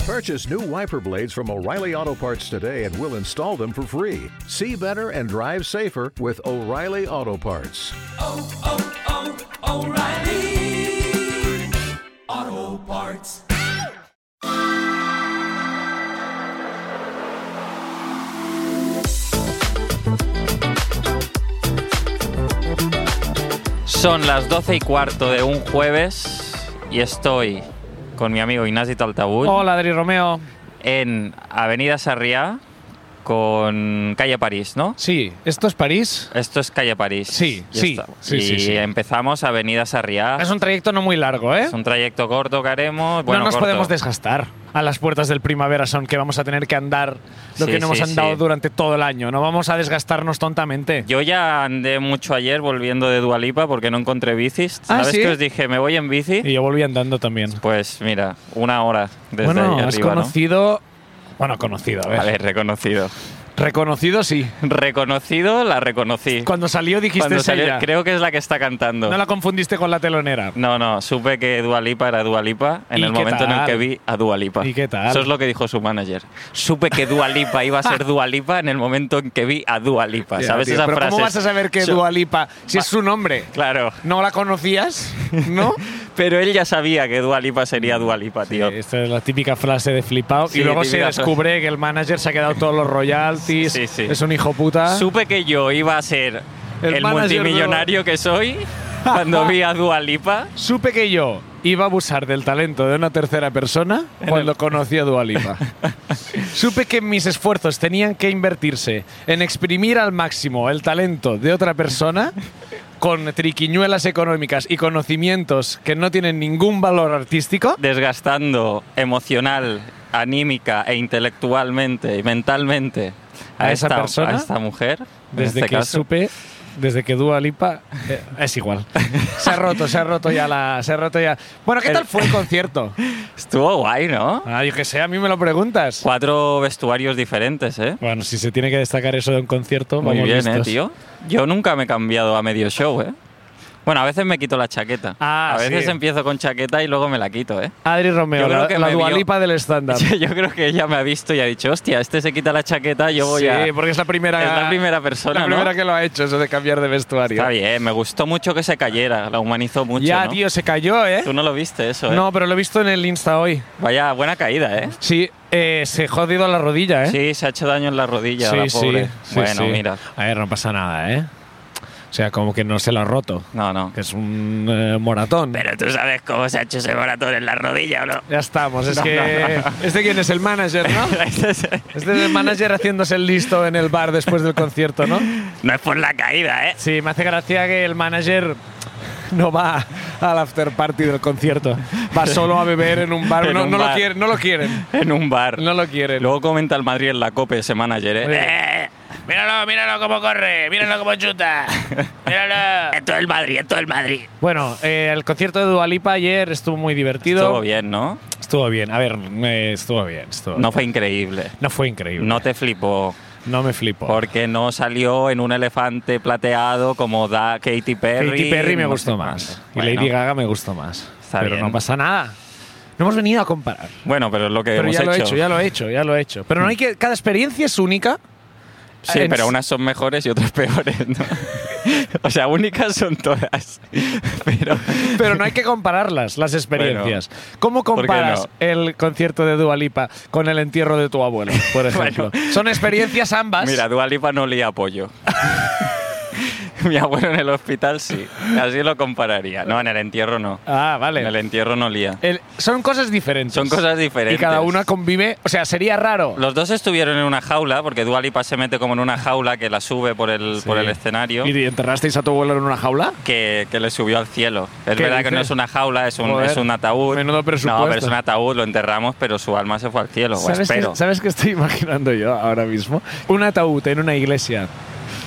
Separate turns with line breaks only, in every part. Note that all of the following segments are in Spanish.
Purchase new wiper blades from O'Reilly Auto Parts today and we'll install them for free. See better and drive safer with O'Reilly Auto Parts.
oh, oh, O'Reilly Auto Parts.
Son las 12 y cuarto de un jueves y estoy con mi amigo Ignacio Taltabud
Hola, Adri Romeo.
en Avenida Sarriá con Calle París, ¿no?
Sí, ¿esto es París?
Esto es Calle París.
Sí,
Ya
sí,
está.
sí,
Y
sí, sí.
empezamos Avenida Sarriá.
Ah. Es un trayecto no muy largo, ¿eh?
Es un trayecto corto que haremos. Bueno,
no nos
corto.
podemos desgastar a las puertas del Primavera Sound que vamos a tener que andar lo
Sí,
que no
sí,
hemos andado
sí.
durante todo el año. No vamos a desgastarnos tontamente.
Yo ya andé mucho ayer volviendo de Dualipa porque no encontré bicis.
Ah,
¿Sabes
¿sí?
que os dije? Me voy en bici.
Y yo volví andando también.
Pues mira, una hora desde
bueno,
ahí
has
arriba, ¿no?
conocido. Bueno, conocido, a ver.
A ver, reconocido.
Reconocido, sí.
Reconocido, la reconocí.
Cuando salió dijiste
Cuando
"Es
salió-
ella".
creo que es la que está cantando.
No la confundiste con la telonera.
no, no, supe que Dualipa era Dualipa en
¿Y
el
qué
momento en el
tal?
que vi a Dualipa.
¿Y qué tal?
Eso es lo que dijo su manager. Supe que Dualipa iba a ser Dualipa en el momento en que vi a Dualipa.
Ya,
¿Sabes
tío,
esa
Pero
frase?
¿cómo vas a saber que
Su-
Dualipa, si es su nombre?
Claro.
¿No la conocías? ¿No?
Pero él ya sabía que Dualipa sería Dualipa, tío.
Eh, Esta es la típica frase de flipado.
Sí,
y luego se
típica frase.
descubre que el manager se ha quedado todos los royalties.
Sí, sí.
Es un hijo puta.
Supe que yo iba a ser el,
El manager de-
multimillonario que soy cuando vi a Dualipa.
Supe que yo iba a abusar del talento de una tercera persona cuando conocí a Dualipa. Supe que mis esfuerzos tenían que invertirse en exprimir al máximo el talento de otra persona con triquiñuelas económicas y conocimientos que no tienen ningún valor artístico.
desgastando emocional, anímica e intelectualmente y mentalmente a,
¿A esa
esta,
persona?
a esta mujer. en
Desde
este
que
caso.
supe, desde que Dua Lipa eh, es igual. Se ha roto, se ha roto ya la, se ha roto ya. Bueno, ¿qué
El-
tal fue el concierto?
Estuvo guay, ¿no?
Ah, yo que sé, a mí me lo preguntas.
Cuatro vestuarios diferentes, ¿eh?
Bueno, si se tiene que destacar eso de un concierto,
Muy
vamos
bien, ¿eh,
listos.
tío? Yo nunca me he cambiado a medio show, ¿eh? Bueno, a veces me quito la chaqueta.
Ah,
a veces
sí.
empiezo con chaqueta y luego me la quito, ¿eh?
Adri Romeo,
Yo creo
la,
que
la
me
Dua
vio-
Lipa del estándar.
Yo creo que ella me ha visto y ha dicho, hostia, este se quita la chaqueta, yo voy
sí,
a...
porque es la primera,
Es la primera persona,
la primera
¿no?
que lo ha hecho, eso de cambiar de vestuario.
Está bien, me gustó mucho que se cayera, la humanizó mucho,
ya,
¿no?
tío, se cayó, ¿eh?
Tú no lo viste eso, ¿eh?
No, pero lo he visto en el Insta hoy.
Vaya buena caída, ¿eh?
Sí, eh, se ha jodido la rodilla, ¿eh?
Sí, se ha hecho daño en la rodilla, la pobre. bueno,
sí.
mira.
A ver, no pasa nada, ¿eh? O sea, como que no se la ha roto,
No, no.
que es un eh, moratón.
Pero tú sabes cómo se ha hecho ese maratón en la rodilla, bro.
ya estamos, es
No,
que.
no,
¿Este quién es el manager, no? este es el manager haciéndose el listo en el bar después del concierto, ¿no?
no es por la caída, ¿eh?
Sí, me hace gracia que el manager no va al after party del concierto. Va solo a beber en un bar.
En
no,
un
no
bar.
Lo quieren, no lo quieren.
En un bar.
No lo quieren.
Luego comenta el Madrid en la COPE ese manager, ¿eh?
Oye.
¡Eh! Míralo, míralo cómo corre, míralo cómo chuta. Míralo. Esto es el Madrid, esto es el Madrid.
Bueno, eh, el concierto de Dualipa ayer estuvo muy divertido.
Estuvo bien, ¿no?
Estuvo bien. A ver, eh, estuvo bien. estuvo
No
bien.
fue increíble.
No fue increíble.
No te flipó.
No me flipo.
Porque no salió en un elefante plateado como da Katy Perry.
Katy Perry me
no sé
gustó
cuánto.
más. Y
Bueno.
Lady Gaga me gustó más.
Está
pero
bien.
no pasa nada. No hemos venido a comparar.
Bueno, pero es lo que
Pero
hemos
ya
hecho.
lo he hecho, ya lo he hecho, ya lo he hecho. Pero no hay que. Cada experiencia es única. Eh,
Sí,
En-
pero unas son mejores y otras peores, ¿no? o sea, únicas son todas. pero
Pero no hay que compararlas, las experiencias. ¿Cómo
qué
comparas
no?
el concierto de Dualipa con el entierro de tu abuelo, por ejemplo? Son experiencias ambas.
mira, Dualipa no olía apoyo. Mi abuelo en el hospital sí. Así lo compararía. No, en el entierro no.
ah, vale.
En el entierro no olía.
El- son cosas diferentes.
Son cosas diferentes.
Y cada una convive. O sea, sería raro.
Los dos estuvieron en una jaula, porque Dualipa se mete como en una jaula que la sube por el, por
Sí.
el escenario.
¿Y enterrasteis a tu abuelo en una jaula?
que, que le subió al cielo. Es
¿Qué
verdad que no
dices?
es una jaula, es un,
Joder,
es un ataúd.
menudo presupuesto.
No, pero es un ataúd, lo enterramos, pero su alma se fue al cielo. o
¿Sabes
espero.
qué, ¿Sabes qué estoy imaginando yo ahora mismo? Un ataúd en una iglesia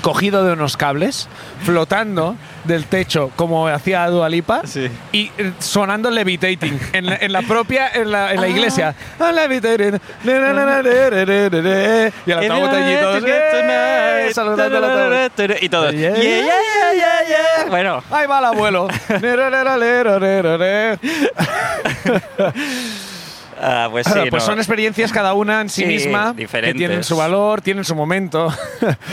cogido de unos cables, flotando del techo como hacía Dualipa
Sí.
y eh, sonando levitating en la, en la propia en la, en la iglesia. Ah, levitating. Na, na, na, na, re, re, re, re, re. Y el ataúd allí todos ¡eh! saludando al ataúd.
Y todos.
Yeah,
"Yeah, yeah, yeah, yeah, yeah". Bueno,
Ahí va el abuelo. Ne, re, re, re, re, re, re, re.
Ah, pues sí,
pues
no.
son experiencias cada una en sí,
Sí,
misma, que
diferentes.
tienen su valor, tienen su momento.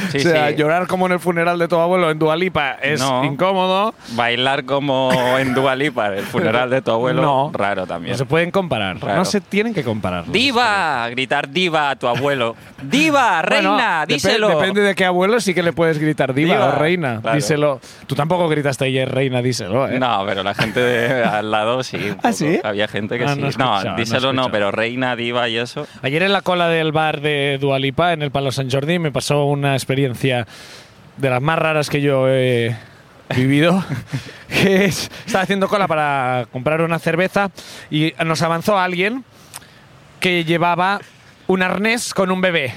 Sí,
o sea,
sí.
llorar como en el funeral de tu abuelo en Dualipa es
No.
incómodo.
Bailar como en Dualipa, el funeral de tu abuelo,
No.
raro también.
No se pueden comparar, no
Raro.
se tienen que comparar.
¡Diva! Gritar diva a tu abuelo. ¡Diva,
Bueno,
reina!
depe-
díselo.
depende de qué abuelo, sí que le puedes gritar diva,
Diva,
o reina.
claro.
Díselo. Tú tampoco gritaste ayer reina, díselo, ¿eh?
No, pero la gente de al lado sí. un
¿Ah,
poco.
sí?
Había gente que
Ah,
sí.
no he escuchado, no he
díselo no,
escuchado.
pero reina, diva y eso.
Ayer en la cola del bar de Dualipa, en el Palo San Jordi, me pasó una experiencia de las más raras que yo he vivido. que es, estaba haciendo cola para comprar una cerveza y nos avanzó alguien que llevaba un arnés con un bebé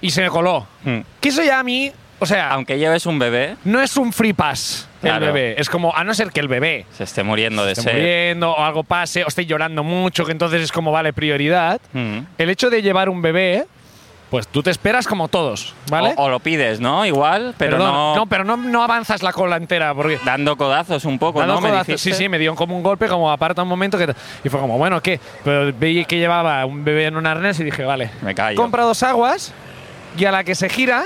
y se me coló.
Mm.
Que eso ya a mí, o sea,
Aunque lleves un bebé,
no es un free pass el
Claro.
bebé. Es como, a no ser que el bebé
se esté muriendo de
esté
sed.
muriendo o algo pase o esté llorando mucho, que entonces es como vale prioridad.
Mm.
El hecho de llevar un bebé, pues tú te esperas como todos, ¿vale?
O, o lo pides, ¿no? Igual, Oh, pero
Perdón,
no,
pero no, no avanzas la cola entera porque.
dando codazos un poco,
dando
¿no? Me
codazos-
dijiste.
sí, sí, Pues me dio como un golpe, como aparta un momento que, y fue como, bueno, ¿qué? Pero vi que llevaba un bebé en un arnés y dije, vale,
Me callo.
compra dos aguas y a la que se gira,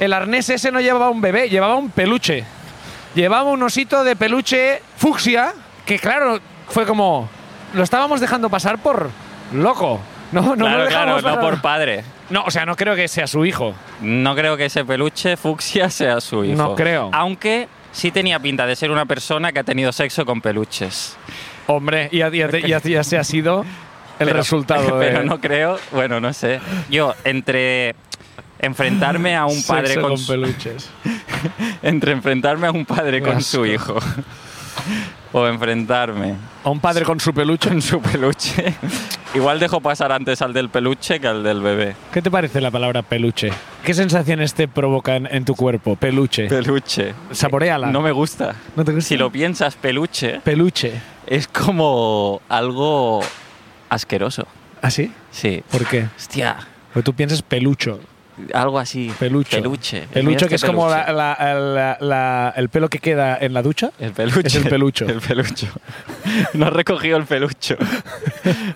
el arnés ese no llevaba un bebé, llevaba un peluche. Llevaba un osito de peluche fucsia, que claro, fue como, lo estábamos dejando pasar por loco. No, no lo
claro, claro,
dejamos
no
pasar.
por padre.
No, o sea, no creo que sea su hijo.
No creo que ese peluche fucsia sea su hijo.
No creo.
Aunque sí tenía pinta de ser una persona que ha tenido sexo con peluches.
Hombre, y ya, ya- ya- ya se ha sido el
Pero-
resultado de-
Pero no creo, bueno, no sé. Yo, entre enfrentarme a un padre
sexo
con,
con
su-
peluches.
entre enfrentarme a un padre
Qué
con su
asco.
hijo o enfrentarme
A un padre con su peluche.
con su peluche, igual dejo pasar antes al del peluche que al del bebé.
¿Qué te parece la palabra peluche? ¿Qué sensaciones te provocan en tu cuerpo? Peluche.
Peluche.
Saboreala.
No me gusta.
¿No te gusta?
Si lo piensas, peluche
Peluche.
es como algo asqueroso.
¿Así?
¿Ah, Sí.
¿Por qué?
Hostia,
Porque tú piensas pelucho.
algo así.
Pelucho.
Peluche.
Pelucho
Mira
que es
este
como
peluche.
la- la- la- la- el pelo que queda en la ducha.
El peluche.
Es el pelucho.
El pelucho. No has recogido el pelucho.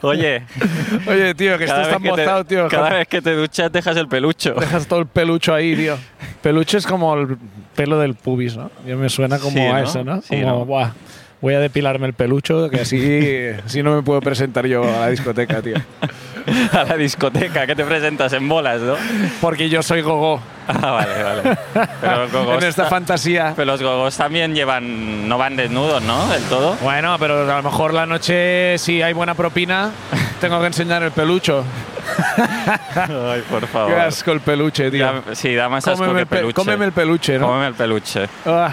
Oye,
Oye, tío, que estás
cada,
tan
vez que te-
mozado, Este tío.
cada vez que te duchas dejas el pelucho.
Dejas todo el pelucho ahí, tío. Peluche es como el pelo del pubis, ¿no? Yo me suena como
Sí,
a
¿no?
eso, ¿no?
Sí,
como,
¿no?
"Buah, voy a depilarme el pelucho, que así, así no me puedo presentar yo a la discoteca, tío.
A la discoteca, que te presentas en bolas, ¿no?
Porque yo soy gogo
Ah, vale, vale. Pero los gogos,
en esta
ta-
fantasía.
pero los gogos también llevan. no van desnudos, ¿no? Del todo.
Bueno, pero a lo mejor la noche, si hay buena propina, tengo que enseñar el pelucho.
Ay, por favor.
Qué asco el peluche, tío.
Da- sí, da más asco
Cómeme
que
el, pe-
peluche.
cómeme el peluche, ¿no?
Cómeme el peluche.
Ah.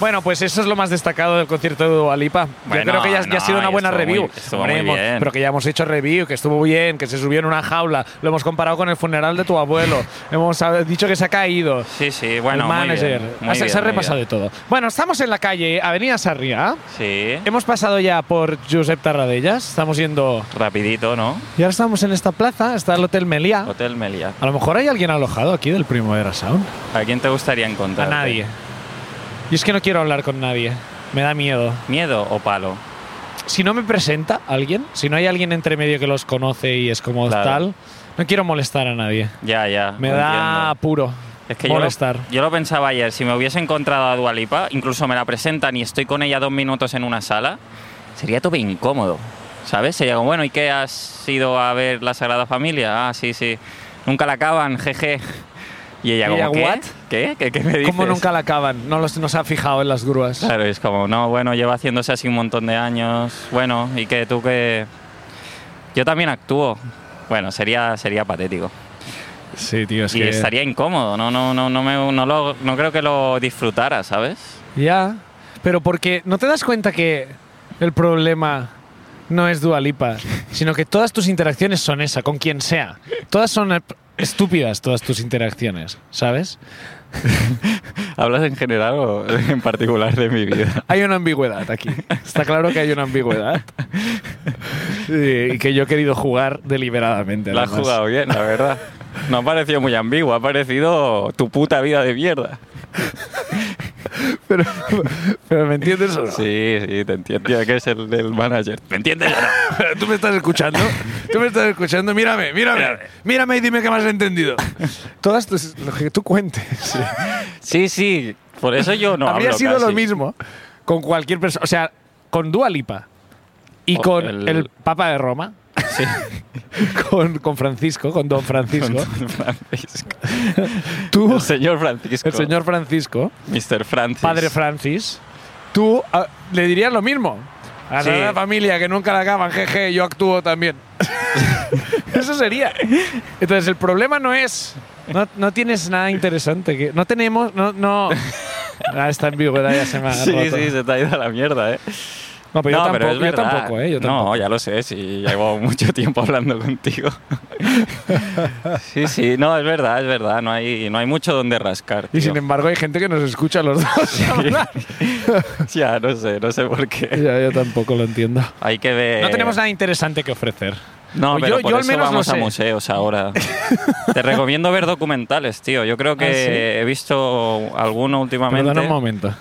Bueno, pues eso es lo más destacado del concierto de Dua Lipa. Yo
Bueno,
creo que ya, ya ha
no,
sido una
y
buena
estuvo
review.
muy- estuvo
Hombre,
muy
hemos-
bien.
Pero que ya hemos hecho review, que estuvo bien, que se subió en una jaula. Lo hemos comparado con el funeral de tu abuelo. hemos ah, dicho que se ha caído.
Sí, sí, bueno.
el
muy
manager.
bien,
Ah,
muy
se, se ha
bien, muy
repasado de
bien.
todo. Bueno, estamos en la calle Avenida Sarriá.
Sí.
Hemos pasado ya por Josep Tarradellas. Estamos yendo.
Rapidito, ¿no?
Y ahora estamos en esta plaza. Está el Hotel Meliá.
Hotel Meliá.
A lo mejor hay alguien alojado aquí del Primavera Sound.
¿A quién te gustaría
A
encontrar?
nadie. Y es que no quiero hablar con nadie. Me da miedo.
¿Miedo o palo?
si no me presenta alguien, si no hay alguien entre medio que los conoce y es como
Claro.
tal, no quiero molestar a nadie.
Ya, ya.
Me
lo
da
entiendo.
apuro
Es que yo lo,
molestar.
yo lo pensaba ayer, si me hubiese encontrado a Dualipa, incluso me la presentan y estoy con ella dos minutos en una sala, sería tope incómodo, ¿sabes? Sería como, bueno, ¿y qué has ido a ver la Sagrada Familia? Ah, sí, sí. Nunca la acaban, jeje. Y ella
Y ella,
como, ¿qué?
"What?"
¿Qué? ¿Qué? ¿Qué me dices?
Como nunca la acaban, no los, nos ha fijado en las grúas.
Claro, es como, no, bueno, lleva haciéndose así un montón de años. Bueno, y que tú que... Yo también actúo. Bueno, sería, sería patético.
Sí, tío, es
y estaría incómodo, no, no, no, no, me, no, lo- no creo que lo disfrutara, ¿sabes?
Ya, pero porque no te das cuenta que el problema no es Dualipa, sino que todas tus interacciones son esa, con quien sea. Todas son eh, estúpidas todas tus interacciones, ¿sabes?
¿Hablas en general o en particular de mi vida?
Hay una ambigüedad aquí. Está claro que hay una ambigüedad. Y que yo he querido jugar deliberadamente.
La has
además.
jugado bien, la verdad. No ha parecido muy ambiguo, ha parecido tu puta vida de mierda.
Pero, pero ¿me entiendes o no?
Sí, sí, te entiendo. Tío, que es el, el manager. ¿Me entiendes o no?
Tú me estás escuchando. Tú me estás escuchando. Mírame, mírame. Mírame y dime que me has entendido. Todas tus- lo que tú cuentes.
Sí, sí. Por eso yo no
Habría
hablo
sido lo
casi.
mismo con cualquier persona. O sea, con Dua Lipa y
O
con el,
el-
Papa de Roma,
Sí.
con, con Francisco, con Don Francisco.
Francisco.
tú,
El señor Francisco.
el señor Francisco,
Mr. Francis.
Padre Francis, tú ah, le dirías lo mismo. A
Sí.
toda la familia que nunca la acaban, jeje, yo actúo también. Eso sería. Entonces, el problema no es. No, no tienes nada interesante. Que, no tenemos. No. no. Ah, está en ambigüedad ya se me ha
Sí,
roto.
sí, se te ha ido a la mierda, ¿eh?
No, pero, Pues yo,
No,
tampoco,
pero es
yo
verdad.
tampoco, ¿eh? Yo tampoco.
No, ya lo sé, sí, llevo mucho tiempo hablando contigo. sí, sí, no, es verdad, es verdad, no hay, no hay mucho donde rascar.
y
tío.
sin em- embargo, hay gente que nos escucha a los dos. hablar.
ya, no sé, no sé por qué.
Ya, yo tampoco lo entiendo.
Hay que ver.
No tenemos nada interesante que ofrecer.
No,
Pues
pero
yo-
por
yo al
eso
menos lo
vamos a
sé.
museos ahora. Te recomiendo ver documentales, tío. Yo creo que
¿Ah, sí?
he visto alguno últimamente.
Perdona un momento.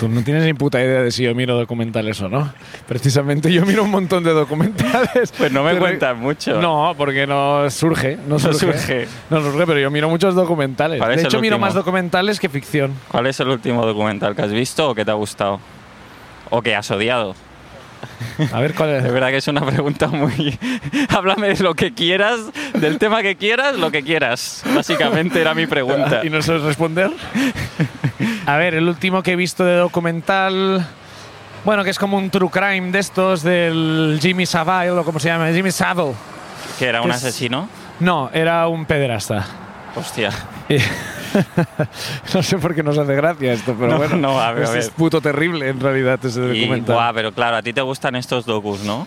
Tú no tienes ni puta idea de si yo miro documentales o no. Precisamente yo miro un montón de documentales.
Pues no me
Pero-
cuentas mucho.
No, porque no surge. No,
No
surge.
surge.
No surge, pero yo miro muchos documentales.
¿Cuál
de
es el
hecho, miro
último?
más documentales que ficción.
¿Cuál es el último documental que has visto o que te ha gustado? ¿O que has odiado?
A ver cuál
Es
es.
verdad que es una pregunta muy... Háblame de lo que quieras, del tema que quieras, lo que quieras. Básicamente era mi pregunta.
¿Y no sabes responder? Ah, A ver, el último que he visto de documental. Bueno, que es como un true crime de estos del Jimmy Savile o como se llama, Jimmy Savile.
¿Que era un
es-
asesino?
No, era un pederasta.
Hostia.
no sé por qué nos hace gracia esto, pero
No,
bueno.
no, a ver,
es,
a ver.
es puto terrible en realidad ese
Y,
documental.
buah, pero claro, a ti te gustan estos docus, ¿no?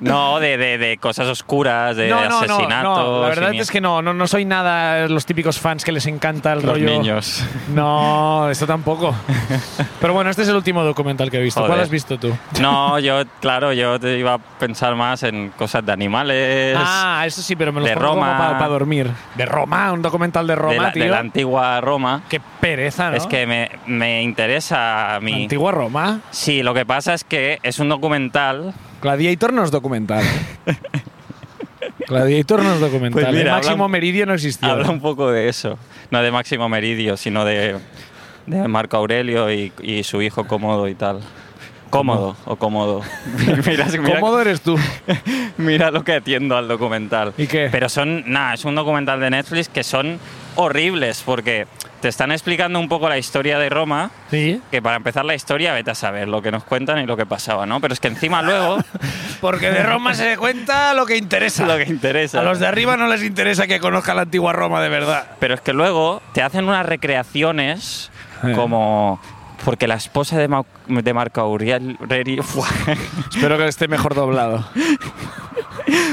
no, de, de- de cosas oscuras, de
no, no, no,
asesinatos.
no, la verdad
y
es que no, no, no soy nada los típicos fans que les encanta el
Los
rollo.
niños.
No, esto tampoco. Pero bueno, este es el último documental que he visto. ¿Cuál
Joder.
has visto tú?
No, yo, claro, yo te iba a pensar más en cosas de animales,
ah, eso sí, pero me lo
de
pongo
Roma.
para dormir. De Roma, un documental
de,
de Roma,
la,
tío.
de la antigua Roma.
Qué pereza, ¿no?
Es que me, me interesa a mí.
Antigua Roma.
Sí, lo que pasa es que es un documental.
Gladiator no es documental. Gladiator no es documental.
Pues mira,
el máximo
habla un-
meridio no existía.
Habla un poco de eso. No de Máximo Meridio, sino de, de Marco Aurelio y, y su hijo Cómodo y tal. Cómodo o cómodo. mira, mira-
Cómodo eres tú.
mira lo que atiendo al documental.
¿Y qué?
Pero son, nada, es un documental de Netflix que son horribles porque te están explicando un poco la historia de Roma.
Sí.
Que para empezar la historia, vete a saber lo que nos cuentan y lo que pasaba, ¿no? Pero es que encima luego
Porque de Roma se cuenta lo que interesa.
lo que interesa.
A los de arriba no les interesa que conozca la antigua Roma de verdad.
Pero es que luego te hacen unas recreaciones
Eh.
como. Porque la esposa de, Mau- de Marco Aurelio. Reri- Fua.
Espero que esté mejor doblado.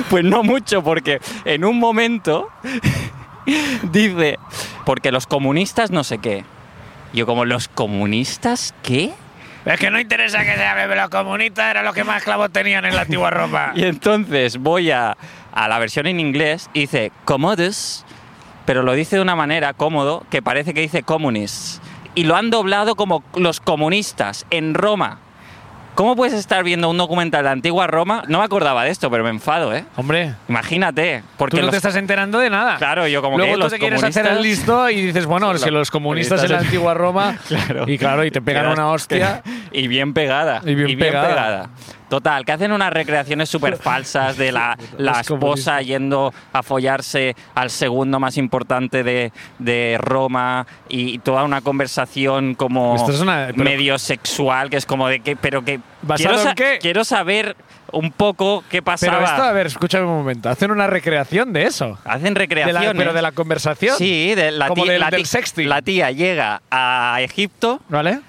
Pues no mucho, porque en un momento dice. Porque los comunistas no sé qué. Yo, como, ¿los comunistas qué?
Es que no interesa que sea bebé. Los comunistas eran los que más clavos tenían en la antigua Roma.
Y entonces voy a, a la versión en inglés y dice commodus, pero lo dice de una manera cómodo que parece que dice communists. Y lo han doblado como los comunistas en Roma. ¿Cómo puedes estar viendo un documental de la antigua Roma? No me acordaba de esto, pero me enfado, ¿eh?
Hombre,
Imagínate, porque
tú no
los-
te estás enterando de nada.
Claro, yo como
Luego
que
tú
los
te quieres hacer el
comunistas-
listo y dices, bueno, es que los comunistas en la antigua Roma.
Claro.
Y claro, y te pegan
Quedas-
una hostia.
Y bien pegada.
Y bien pegada.
Total, que hacen unas recreaciones súper falsas de la, la
Los comunistas.
esposa yendo a follarse al segundo más importante de, de Roma y toda una conversación como
Esto es una- pero-
medio sexual, que es como de que, pero que...
¿Basado en
sa-
qué?
quiero saber un poco qué pasaba.
Pero esto, a ver, escúchame un momento. Hacen una recreación de eso.
Hacen
De la-
recreaciones.
pero de la conversación.
Sí, de la
Como
tía,
del-
la,
del
ti-
sexting.
la tía llega a Egipto
¿Vale?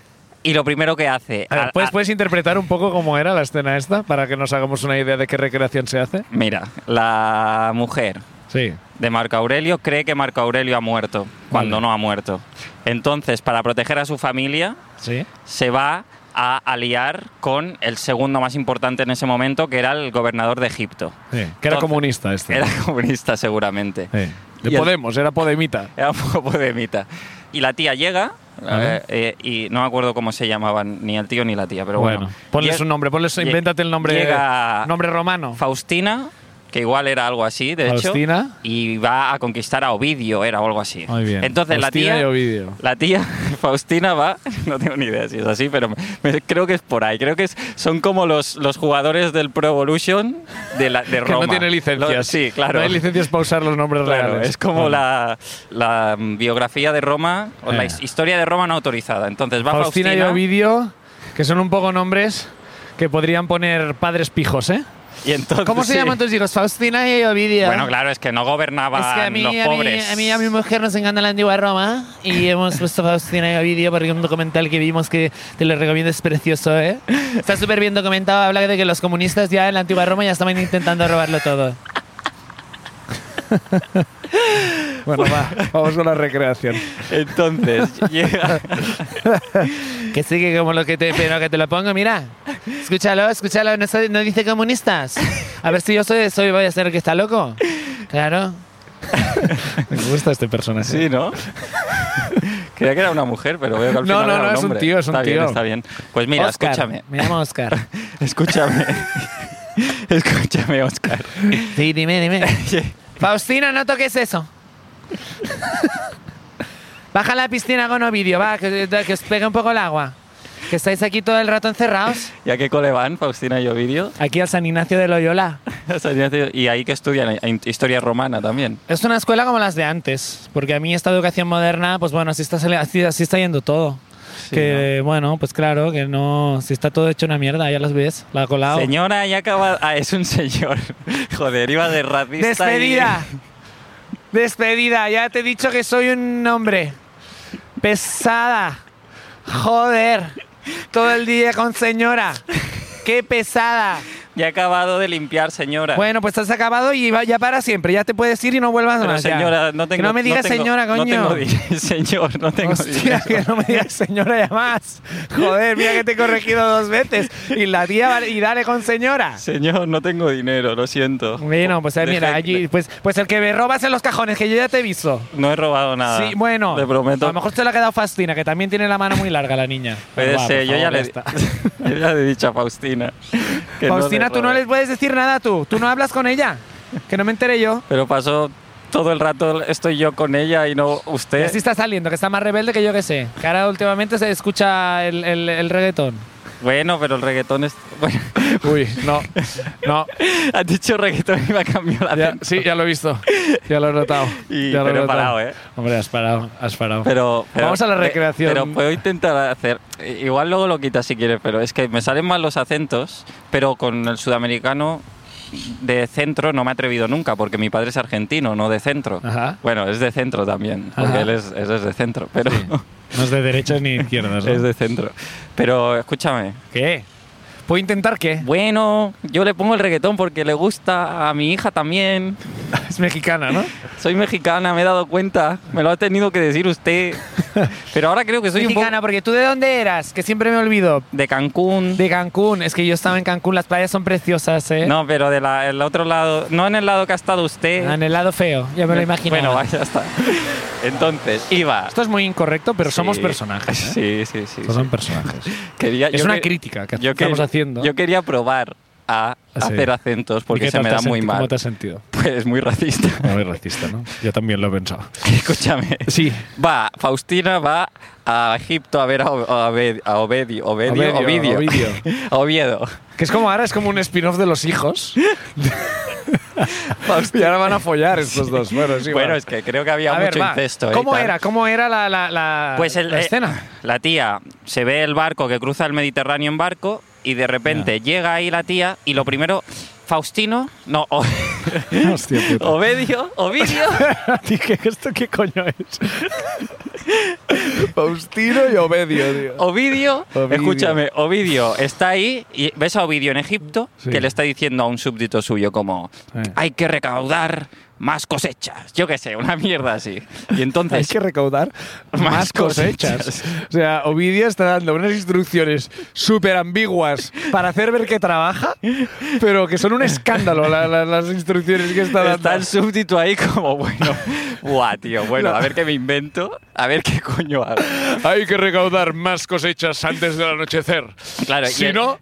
y lo primero que hace.
A ver,
a-
¿puedes,
a-
puedes interpretar un poco cómo era la escena esta para que nos hagamos una idea de qué recreación se hace?
Mira, la mujer
Sí.
de Marco Aurelio cree que Marco Aurelio ha muerto, cuando no ha muerto. Entonces, para proteger a su familia,
Sí.
se va a aliar con el segundo más importante en ese momento, que era el gobernador de Egipto.
Que era
Entonces,
comunista este.
Era comunista seguramente.
Sí. De
Y el-
Podemos, era Podemita.
Era un poco podemita. Y la tía llega,
Ajá.
eh, eh, y no me acuerdo cómo se llamaban ni el tío ni la tía, pero bueno.
bueno, ponles
Lle-
un nombre, ponles,
lle-
invéntate el nombre,
llega-
nombre romano.
Faustina, que igual era algo así, de
Faustina.
hecho. Y va a conquistar a Ovidio, era o algo así.
Muy bien.
Entonces
Faustina
la
y
tía.
Ovidio.
La tía Faustina va, no tengo ni idea si es así, pero me- me- creo que es por ahí. Creo que es- son como los, los jugadores del Pro Evolution de, la, de
que
Roma.
no tiene licencias.
Lo- sí, claro.
No hay licencias para usar los nombres
Claro,
reales.
es como
Vale.
la, la, mm, biografía de Roma, o la
Eh.
his- historia de Roma no autorizada. Entonces va
Faustina,
Faustina,
y Ovidio, que son un poco nombres que podrían poner padres pijos, ¿eh?
y entonces,
¿Cómo se
sí.
llaman tus hijos? Faustina y Ovidio.
Bueno, claro, es que no gobernaban
Es que a mí,
los
a, mí,
pobres.
a mí y a mi mujer nos encanta la antigua Roma y hemos puesto Faustina y Ovidio porque un documental que vimos que te lo recomiendo es precioso, ¿eh? Está súper bien documentado, habla de que los comunistas ya en la antigua Roma ya estaban intentando robarlo todo.
Bueno, va, vamos con la recreación.
Entonces llega,
Que sí, que como lo que te, pero que te lo pongo, mira. Escúchalo, escúchalo, no, soy- no dice comunistas. A ver si yo soy, soy voy a ser el que está loco. Claro.
Me gusta este personaje.
sí, ¿no? Creía que era una mujer, pero veo que al
No,
final
no,
era
no,
un
es un
hombre.
tío, es un
está
tío.
Bien, está bien. Pues mira,
Óscar.
escúchame,
Me llamo Oscar.
escúchame, escúchame, Oscar.
Sí, dime, dime. Faustina, no toques eso. Baja a la piscina con Ovidio, va, que, que os pegue un poco el agua. Que estáis aquí todo el rato encerrados.
¿Y a qué cole van, Faustina y Ovidio?
Aquí al San Ignacio de Loyola.
Y ahí que estudian eh, historia romana también.
Es una escuela como las de antes, porque a mí esta educación moderna, pues bueno, así está, sali- así, así está yendo todo.
Sí,
que bueno, pues claro, que no, si está todo hecho una mierda, ya las ves, la ha colado.
Señora, ya acaba. Ah, es un señor. Joder, iba de racista. y-
Despedida. Despedida. Ya te he dicho que soy un hombre. Pesada. Joder. Todo el día con señora. Qué pesada.
Ya ha acabado de limpiar, señora.
Bueno, pues has acabado y va- ya para siempre. Ya te puedes ir y no vuelvas
Pero,
más. ya.
señora, no
Que
tengo.
no me digas
tengo-
señora,
no
coño.
tengo dinero, señor, no tengo
Hostia,
dinero.
que no me digas señora ya más. Joder, mira que te he corregido dos veces. Y la tía, va- y dale con señora.
Señor, no tengo dinero, lo siento.
Bueno, pues eh,
Deje-
mira, allí, pues, pues el que me robas en los cajones, que yo ya te he visto.
No he robado nada.
Sí, bueno.
Ah, Te prometo.
A lo mejor se le ha quedado Fastina, que también tiene la mano muy larga la niña.
Puede
Pero va,
ser,
por
yo ya,
favor,
le,
está.
yo ya le he dicho a Faustina. que no
Faustina, tú no
robe.
le puedes decir nada tú. Tú no hablas con ella. Que no me enteré yo.
Pero pasó todo el rato, estoy yo con ella y no
Y
usted.
así está saliendo, que está más rebelde que yo que sé. Que ahora últimamente se escucha el, el, el reggaetón.
Bueno, pero el reggaetón es. Bueno,
Uy, no, no.
has dicho reggaetón y me ha cambiado la
Ya- sí, ya lo he visto. Ya lo he notado.
Y-
ya lo
pero he
notado.
parado, ¿eh?
Hombre, has parado, has parado.
Pero, pero-
Vamos a la
pe-
recreación.
Pero puedo intentar hacer. Igual luego lo quitas si quieres, pero es que me salen mal los acentos, pero con el sudamericano de centro no me he atrevido nunca, porque mi padre es argentino, no de centro.
Ajá.
Bueno, es de centro también, porque
Ajá.
él es, él es de centro, pero
No es de derechas ni izquierdas.
es de centro. Pero escúchame.
¿Qué? ¿Puedo intentar qué?
Bueno, yo le pongo el reggaetón porque le gusta a mi hija también.
Es mexicana, ¿no?
Soy mexicana, me he dado cuenta. Me lo ha tenido que decir usted. Pero ahora creo que soy
Soy
un poco
mexicana, porque tú de dónde eras, que siempre me olvido.
de Cancún.
De Cancún. Es que yo estaba en Cancún, las playas son preciosas, ¿eh?
No, pero del otro lado, no en el lado que ha estado usted.
Ah, En el lado feo, ya me lo imagino.
Bueno, vaya, ya está. Entonces, iba.
Esto es muy incorrecto, pero somos
Sí.
personajes. ¿eh?
Sí, sí, sí.
Estos
sí.
son personajes.
Quería-
Es
yo
una
que-
crítica que
yo
estamos
que-
haciendo.
Yo quería probar a
Ah, sí.
hacer acentos porque
¿Y qué
se
tal
me
te
da
has
muy
senti-
mal.
¿Cómo te has sentido?
Pues muy racista.
Muy racista, ¿no? Yo también lo he pensado.
Escúchame.
Sí.
Va, Faustina va a Egipto a ver a, Ob- a Obed- a Obedi- Obedio,
Obedio,
Ovidio.
Ovidio.
A Oviedo.
Que es como ahora, es como un spin-off de los hijos.
Faustina-
Y ahora van a follar estos dos. Bueno, pues sí,
bueno,
va.
es que creo que había
A
mucho
ver, va.
incesto. ¿eh? y
¿Cómo
tal.
era? ¿Cómo era la, la, la-
Pues el-
la
eh,
escena?
La tía se ve el barco que cruza el Mediterráneo en barco y de repente llega ahí la tía y lo primero, Faustino, no, O-
Hostia puta.
Obedio, Ovidio,
Dije, ¿esto qué coño es? Faustino y Obedio, tío.
Ovidio,
Ovidio.
escúchame, Ovidio está ahí y ves a Ovidio en Egipto
Sí.
que le está diciendo a un súbdito suyo como
Eh.
hay que recaudar más cosechas, yo qué sé, una mierda así. Y
Hay
entonces
que recaudar
Más
más cosechas.
cosechas.
O sea, Ovidio está dando unas instrucciones súper ambiguas para hacer ver que trabaja, pero que son un escándalo la- la- las instrucciones que está dando.
Está el súbdito ahí como, bueno, Buah, tío, bueno, a ver qué me invento, a ver qué coño hago.
Hay que recaudar más cosechas antes del anochecer.
Claro, y
si
el-
no,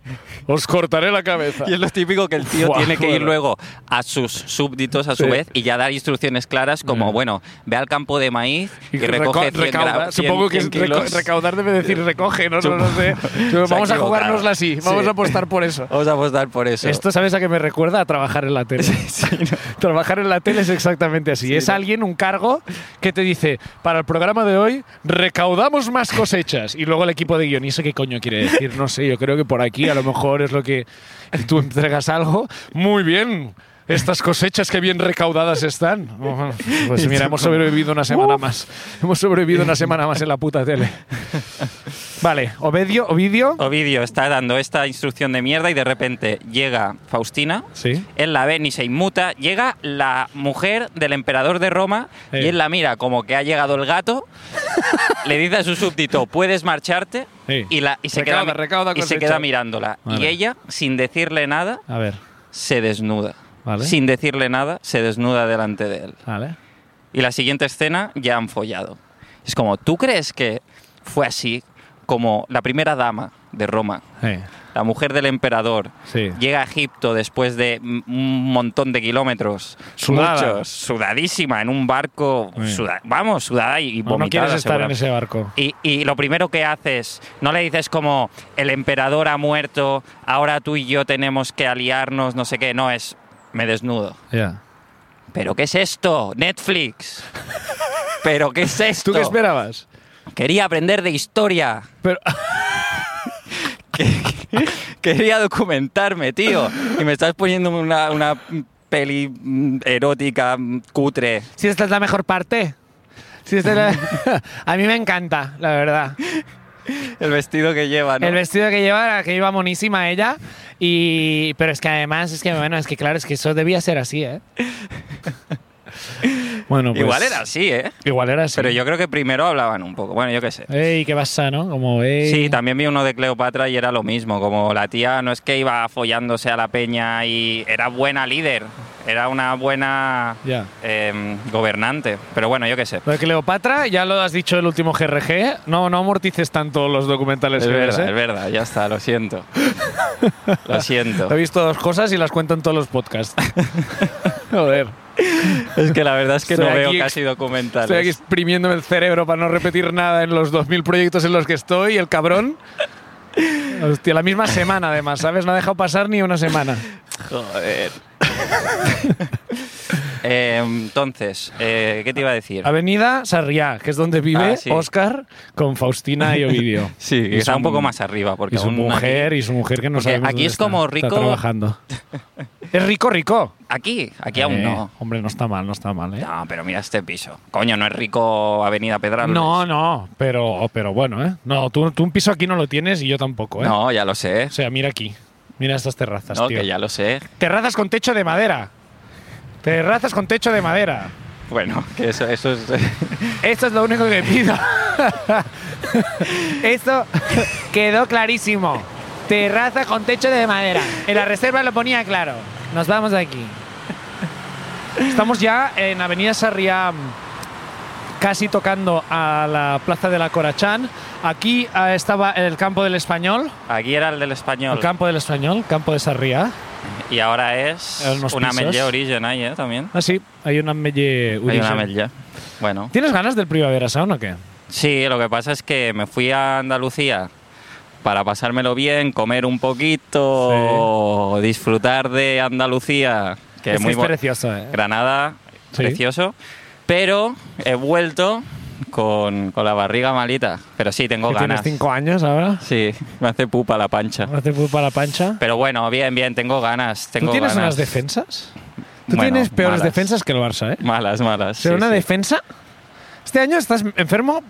os cortaré la cabeza.
Y es lo típico que el tío
Buah,
tiene que ir
bueno.
luego a sus súbditos a su
Sí. Mm.
vez y ya dar instrucciones claras como, bueno, ve al campo de maíz y, recoge
reco-
100
recauda.
gra- 100
Supongo que
kilos.
reco- recaudar debe decir recoge, no, no, no sé.
Se ha
Vamos a
equivocado.
jugárnosla así, vamos
Sí.
a apostar por eso.
Vamos a apostar por eso.
Esto, ¿sabes a qué me recuerda? A trabajar en la tele. Trabajar en la tele es exactamente así. es alguien, un cargo, que te dice, para el programa de hoy, recaudamos más cosechas. Y luego el equipo de guionista, ¿qué coño quiere decir? No sé, yo creo que por aquí a lo mejor es lo que y tú entregas algo. Muy bien. Estas cosechas que bien recaudadas están. Pues mira, hemos sobrevivido una semana más. Hemos sobrevivido una semana más en la puta tele. Vale, Obedio, Ovidio.
Ovidio está dando esta instrucción de mierda y de repente llega Faustina,
Sí.
él la ve ni se inmuta, llega la mujer del emperador de Roma
Eh.
y él la mira como que ha llegado el gato, le dice a su súbdito, puedes marcharte
Sí.
y, la, y, se,
Recauda,
queda, mi-
recauda
y se
cosecha.
queda mirándola.
Vale.
Y ella, sin decirle nada,
A ver,
se desnuda.
Vale.
Sin decirle nada, se desnuda delante de él.
vale.
Y la siguiente escena ya han follado. Es como, ¿tú crees que fue así como la primera dama de Roma,
Eh,
la mujer del emperador,
Sí.
llega a Egipto después de m- un montón de kilómetros,
Sudada.
muchos, sudadísima, en un barco,
Sí.
suda- vamos, sudada y
No,
vomitada.
no quieres estar en
seguramente.
ese barco.
Y, y lo primero que haces, no le dices como el emperador ha muerto, ahora tú y yo tenemos que aliarnos, no sé qué, no es me desnudo.
Ya.
¿Pero qué es esto? Netflix. ¿Pero qué es esto?
¿Tú qué esperabas?
Quería aprender de historia.
Pero,
Quería documentarme, tío. Y me estás poniendo una, una peli mm, erótica mm, cutre.
Si esta es la mejor parte. Si esta es la- A mí me encanta, la verdad.
El vestido que lleva, ¿no?
El vestido que lleva, que iba monísima ella. Y, pero es que además, es que bueno, es que claro, es que eso debía ser así, ¿eh?
bueno, pues,
Igual era así, ¿eh?
Igual era así.
Pero yo creo que primero hablaban un poco. Bueno, yo qué sé.
Ey, qué pasa, ¿no? Como, ey.
Sí, también vi uno de Cleopatra y era lo mismo, como la tía no es que iba follándose a la peña y era buena líder, era una buena
Ya.
em, gobernante, pero bueno, yo qué sé.
Lo de Cleopatra, ya lo has dicho el último GRG. No, no amortices tanto los documentales
Es
que ves,
verdad,
¿eh?
es verdad, ya está, lo siento. Lo siento.
He visto dos cosas y las cuento en todos los podcasts. Joder.
Es que la verdad es que no
Estoy
veo
aquí ex-
casi documentales.
Estoy aquí exprimiéndome el cerebro para no repetir nada en los 2.000 proyectos en los que estoy, el cabrón. Hostia, la misma semana además, ¿sabes? No ha dejado pasar ni una semana.
Joder. Em, entonces, eh, ¿qué te iba a decir?
Avenida Sarriá, que es donde vive
Ah, sí.
Oscar con Faustina y Ovidio.
Sí, que
Y
está
su-
un poco más arriba, porque
Y su
aún aquí-
mujer, y su mujer que no
Porque
sabemos
aquí
dónde
es como
está, está
rico-
trabajando. es rico, rico.
Aquí, aquí aún
Eh,
no.
Hombre, no está mal, no está mal, ¿eh?
No, pero mira este piso. Coño, no es rico Avenida Pedralbes.
No, no, pero, pero bueno, ¿eh? No, tú, tú un piso aquí no lo tienes y yo tampoco, ¿eh?
No, ya lo sé.
O sea, mira aquí. Mira estas terrazas,
No,
tío.
que ya lo sé.
Terrazas con techo de madera. Terrazas con techo de madera.
Bueno, que eso, eso es.
eh.
Esto es lo único que pido. Esto quedó clarísimo. Terraza con techo de madera. En la reserva lo ponía claro. Nos vamos de aquí.
Estamos ya en Avenida Sarriá, casi tocando a la Plaza de la Corachán. Aquí ah, estaba el campo del español.
Aquí era el del español.
El campo del español, campo de Sarriá.
Y ahora es
Eran unos
una
Eh, pisos.
Melle Origin ahí, ¿eh? También.
Ah, sí, hay una melle.
Hay una
Udinson.
Melle. Bueno.
¿Tienes ganas del Primavera Sound o qué?
Sí, lo que pasa es que me fui a Andalucía para pasármelo bien, comer un poquito, disfrutar de Andalucía, que es
que
muy bo-
precioso, ¿eh?
Granada,
Sí.
precioso. Pero he vuelto con, con la barriga malita. Pero sí, tengo
Que
ganas.
Tienes cinco años ahora.
Sí, me hace pupa la pancha.
No te pupa la pancha.
Pero bueno, bien, bien, tengo ganas. Tengo
¿Tú tienes
ganas.
unas defensas? Tú
Bueno,
tienes peores
malas.
defensas que el Barça, ¿eh?
Malas, malas.
Pero
sí,
una
sí.
defensa. Este año estás enfermo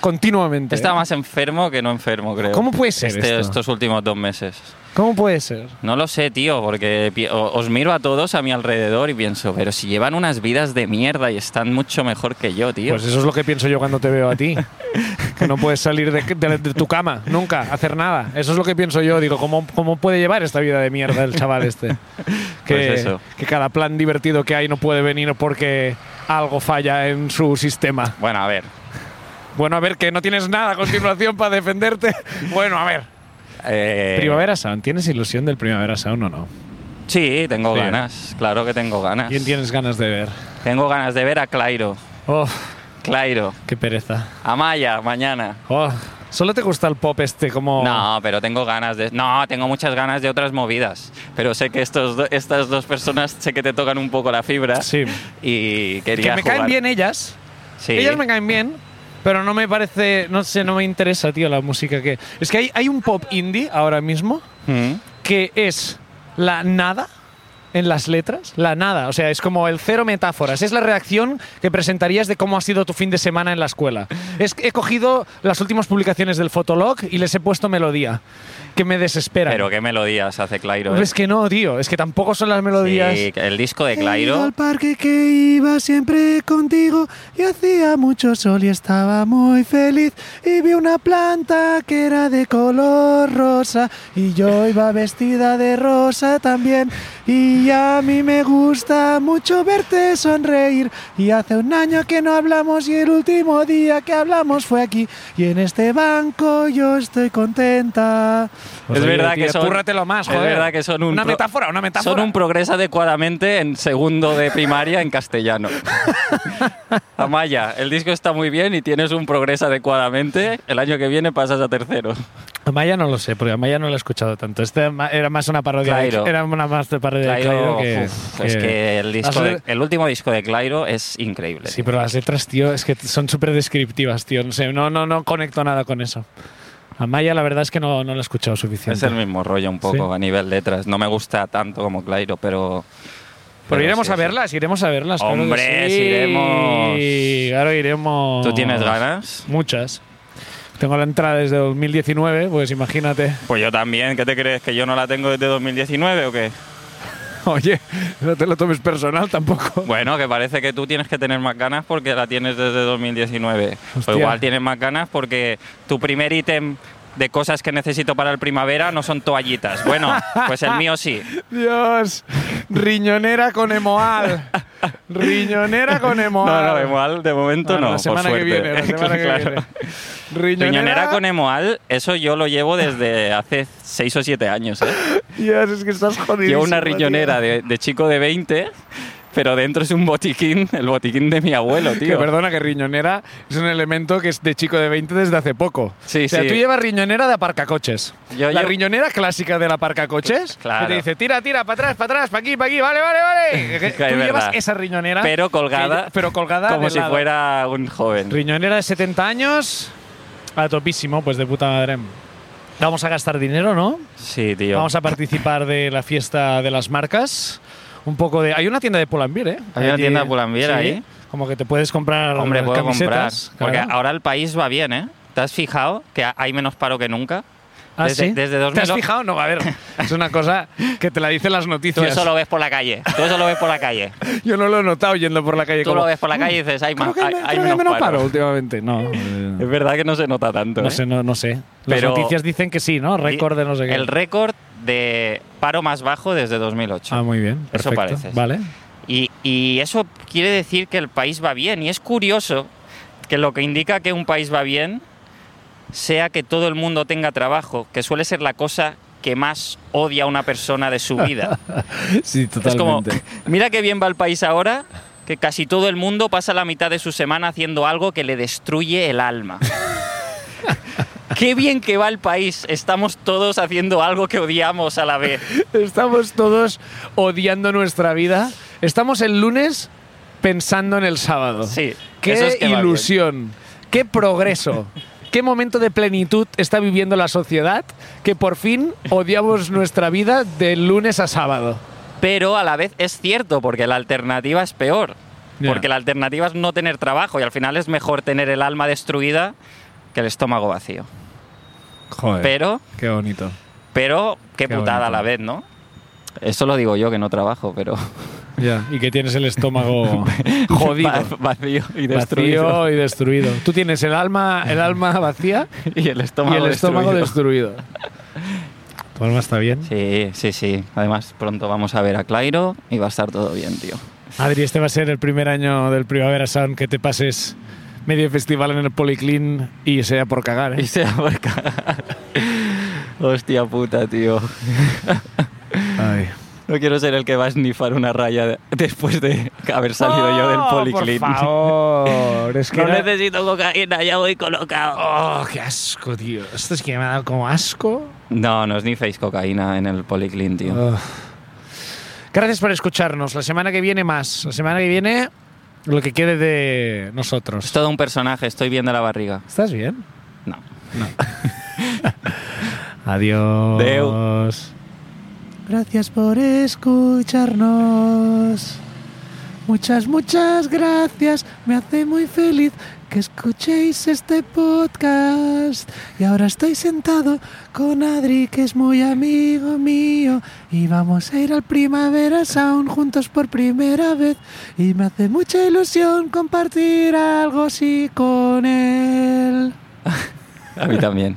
continuamente. ¿eh?
Está más enfermo que no enfermo, creo.
¿Cómo puede ser
Este-
esto?
Estos últimos dos meses.
¿Cos puede ser?
No lo sé, tío, porque pi- o- os miro a todos a mi alrededor y pienso, pero si llevan unas vidas de mierda y están mucho mejor que yo, tío.
Pues eso es lo que pienso yo cuando te veo a ti. que no puedes salir de, de- de tu cama, nunca, hacer nada. Eso es lo que pienso yo. Digo, ¿cómo, cómo puede llevar esta vida de mierda el chaval este? Que,
Pues eso.
que cada plan divertido que hay no puede venir porque algo falla en su sistema.
Bueno, a ver.
Bueno, a ver, que no tienes nada a continuación para defenderte. Bueno, a ver.
Eh,
Primavera Sound, ¿tienes ilusión del Primavera Sound o no?
Sí, tengo
Sí.
ganas. Claro que tengo ganas.
¿Quién tienes ganas de ver?
Tengo ganas de ver a Clairo.
Oh,
Clairo.
qué pereza.
A Maya, mañana.
Oh, ¿Solo te gusta el pop este como.?
No, pero tengo ganas de... No, tengo muchas ganas de otras movidas. Pero sé que estos do- estas dos personas sé que te tocan un poco la fibra.
Sí.
Y
Que
quería
me
jugar.
caen bien ellas.
Sí. Mm.
Ellas me caen bien, pero no me parece. No sé, no me interesa, tío, la música que. Es que hay, hay un pop indie ahora mismo
Mm.
que es la nada en las letras, la nada, o sea, es como el cero metáforas, es la reacción que presentarías de cómo ha sido tu fin de semana en la escuela. Es que he cogido las últimas publicaciones del Fotolog y les he puesto melodía, que me desespera.
Pero qué melodías hace Clairo. ¿eh?
Pues es que no, tío, es que tampoco son las melodías.
Sí, el disco de
He ido
Clairo.
al parque que iba siempre contigo y hacía mucho sol y estaba muy feliz y vi una planta que era de color rosa y yo iba vestida de rosa también y a mí me gusta mucho verte sonreír y hace un año que no hablamos y el último día que hablamos fue aquí y en este banco yo estoy contenta.
es verdad que son, es verdad que son un pro- Son un progreso adecuadamente en segundo de primaria en castellano. Amaya, el disco está muy bien y tienes un progreso adecuadamente. El año que viene pasas a tercero.
Amaya no lo sé, porque Amaya no lo he escuchado tanto. Este ma- era más una parodia. de-
Clairo.
Era una más de parodia
Clairo,
de Clairo que,
uf, es que el, disco
Las
de-
le-
el último disco de Clairo es increíble.
Sí, pero las letras, tío, es que son súper descriptivas, tío. No sé, no, no, no conecto nada con eso. Amaya, la verdad es que no, no lo he escuchado suficiente.
es el mismo rollo un poco
Sí.
a nivel letras. No me gusta tanto como Clairo, pero...
Pero iremos
sí,
a
sí.
verlas, iremos a verlas. claro que
Hombres,
sí.
iremos.
Claro, iremos.
¿Tú tienes ganas?
Muchas. Tengo la entrada desde 2019, pues imagínate.
Pues yo también. ¿Qué te crees? ¿Que yo no la tengo desde 2019 o qué?
Oye, no te lo tomes personal tampoco.
Bueno, que parece que tú tienes que tener más ganas porque la tienes desde 2019.
Hostia.
O igual tienes más ganas porque tu primer ítem de cosas que necesito para el primavera no son toallitas. Bueno, pues el mío sí.
Dios, riñonera con emoal. Riñonera con
No,
emoal.
no, Emoal de momento
Ah,
no.
la
por
semana que
suerte.
viene, la semana que
Claro.
viene. Riñonera,
Riñonera con E- Emoal, eso yo lo llevo desde hace 6 o 7 años. ¿eh?
Dios, es que estás jodido.
Llevo una riñonera de, de chico de 20, pero dentro es un botiquín, el botiquín de mi abuelo, tío.
perdona, que riñonera es un elemento que es de chico de 20 desde hace poco.
Sí,
o sea,
sí.
tú llevas riñonera de aparcacoches.
Yo
la
llevo-
riñonera clásica del aparcacoches.
Claro.
Que te dice, tira, tira, para atrás, para atrás, para aquí, para aquí, vale, vale, vale.
Es
tú llevas
verdad.
esa riñonera.
Pero colgada,
que- pero colgada
como
de
si
lado.
fuera un joven.
Riñonera de 70 años, a topísimo, pues de puta madre. Vamos a gastar dinero, ¿no?
Sí, tío.
Vamos a participar de la fiesta de las marcas. Un poco de. Hay una tienda de Pull&Bear, ¿eh?
Hay una tienda de Pull and Bear
sí,
ahí.
Como que te puedes comprar
Hombre, puedo comprar.
camisetas.
Porque
claro.
ahora el país va bien, ¿eh? ¿Te has fijado que ha- hay menos paro que nunca?
¿Ah,
desde,
sí?
desde dos
¿Te has
mil-
fijado? No, a ver. Es una cosa que te la dicen las
Tú
noticias.
eso lo ves por la calle. Tú eso lo ves por la calle.
Yo no lo he notado yendo por la calle.
Tú
como,
lo ves por la calle y dices, hay,
Creo
más,
que
hay,
me-
hay
creo que
menos
menos paro
paro.
últimamente. No. eh,
Es verdad que no se nota tanto.
No
¿eh?
sé, no, no sé.
Pero-
Las noticias dicen que sí, ¿no? Récord de no sé qué.
El récord de paro más bajo desde 2008.
Ah, muy bien.
Eso
perfecto.
parece.
Vale.
Y, y eso quiere decir que el país va bien. Y es curioso que lo que indica que un país va bien sea que todo el mundo tenga trabajo, que suele ser la cosa que más odia una persona de su vida.
Sí,
es como, mira qué bien va el país ahora, que casi todo el mundo pasa la mitad de su semana haciendo algo que le destruye el alma. Qué bien que va el país, estamos todos haciendo algo que odiamos a la vez.
Estamos todos odiando nuestra vida. Estamos el lunes pensando en el sábado.
Sí,
Qué
eso es que va bien.
ilusión, qué progreso, qué momento de plenitud está viviendo la sociedad que por fin odiamos nuestra vida de lunes a sábado.
pero a la vez es cierto, porque la alternativa es peor.
Ya.
Porque la alternativa es no tener trabajo y al final es mejor tener el alma destruida que el estómago vacío.
Joder,
Pero,
qué bonito.
pero, qué,
Qué
putada a
bonito.
la vez, ¿no? Eso lo digo yo que no trabajo, pero
Ya, y que tienes el estómago jodido.
Va- vacío y destruido
Destruido y destruido. Tú tienes el alma, el alma vacía
y el estómago,
y el estómago
destruido.
destruido. ¿Tu alma está bien?
Sí, sí, sí. Además, pronto vamos a ver a Clairo y va a estar todo bien, tío.
Adri, este va a ser el primer año del Primavera Sound que te pases medio festival en el Policlin y sea por cagar.
Y
¿eh?
se abarca. Hostia puta, tío. No quiero ser el que va a snifar una raya de- después de haber salido yo del
Oh,
policlin.
Por favor, es que
No
era-
necesito cocaína, ya voy colocado.
Oh, qué asco, tío. Esto es que me ha dado como asco.
No, no sniféis cocaína en el policlin, tío.
Ugh. Gracias por escucharnos. La semana que viene más. La semana que viene lo que quede de
Es
nosotros.
todo un personaje, estoy viendo la barriga.
¿Estás bien?
No.
Adiós.
Deu.
Gracias por escucharnos. Muchas, muchas gracias. Me hace muy feliz que escuchéis este podcast. Y ahora estoy sentado con Adri, que es muy amigo mío. Y vamos a ir al Primavera Sound juntos por primera vez. Y me hace mucha ilusión compartir algo así con él.
A mí también.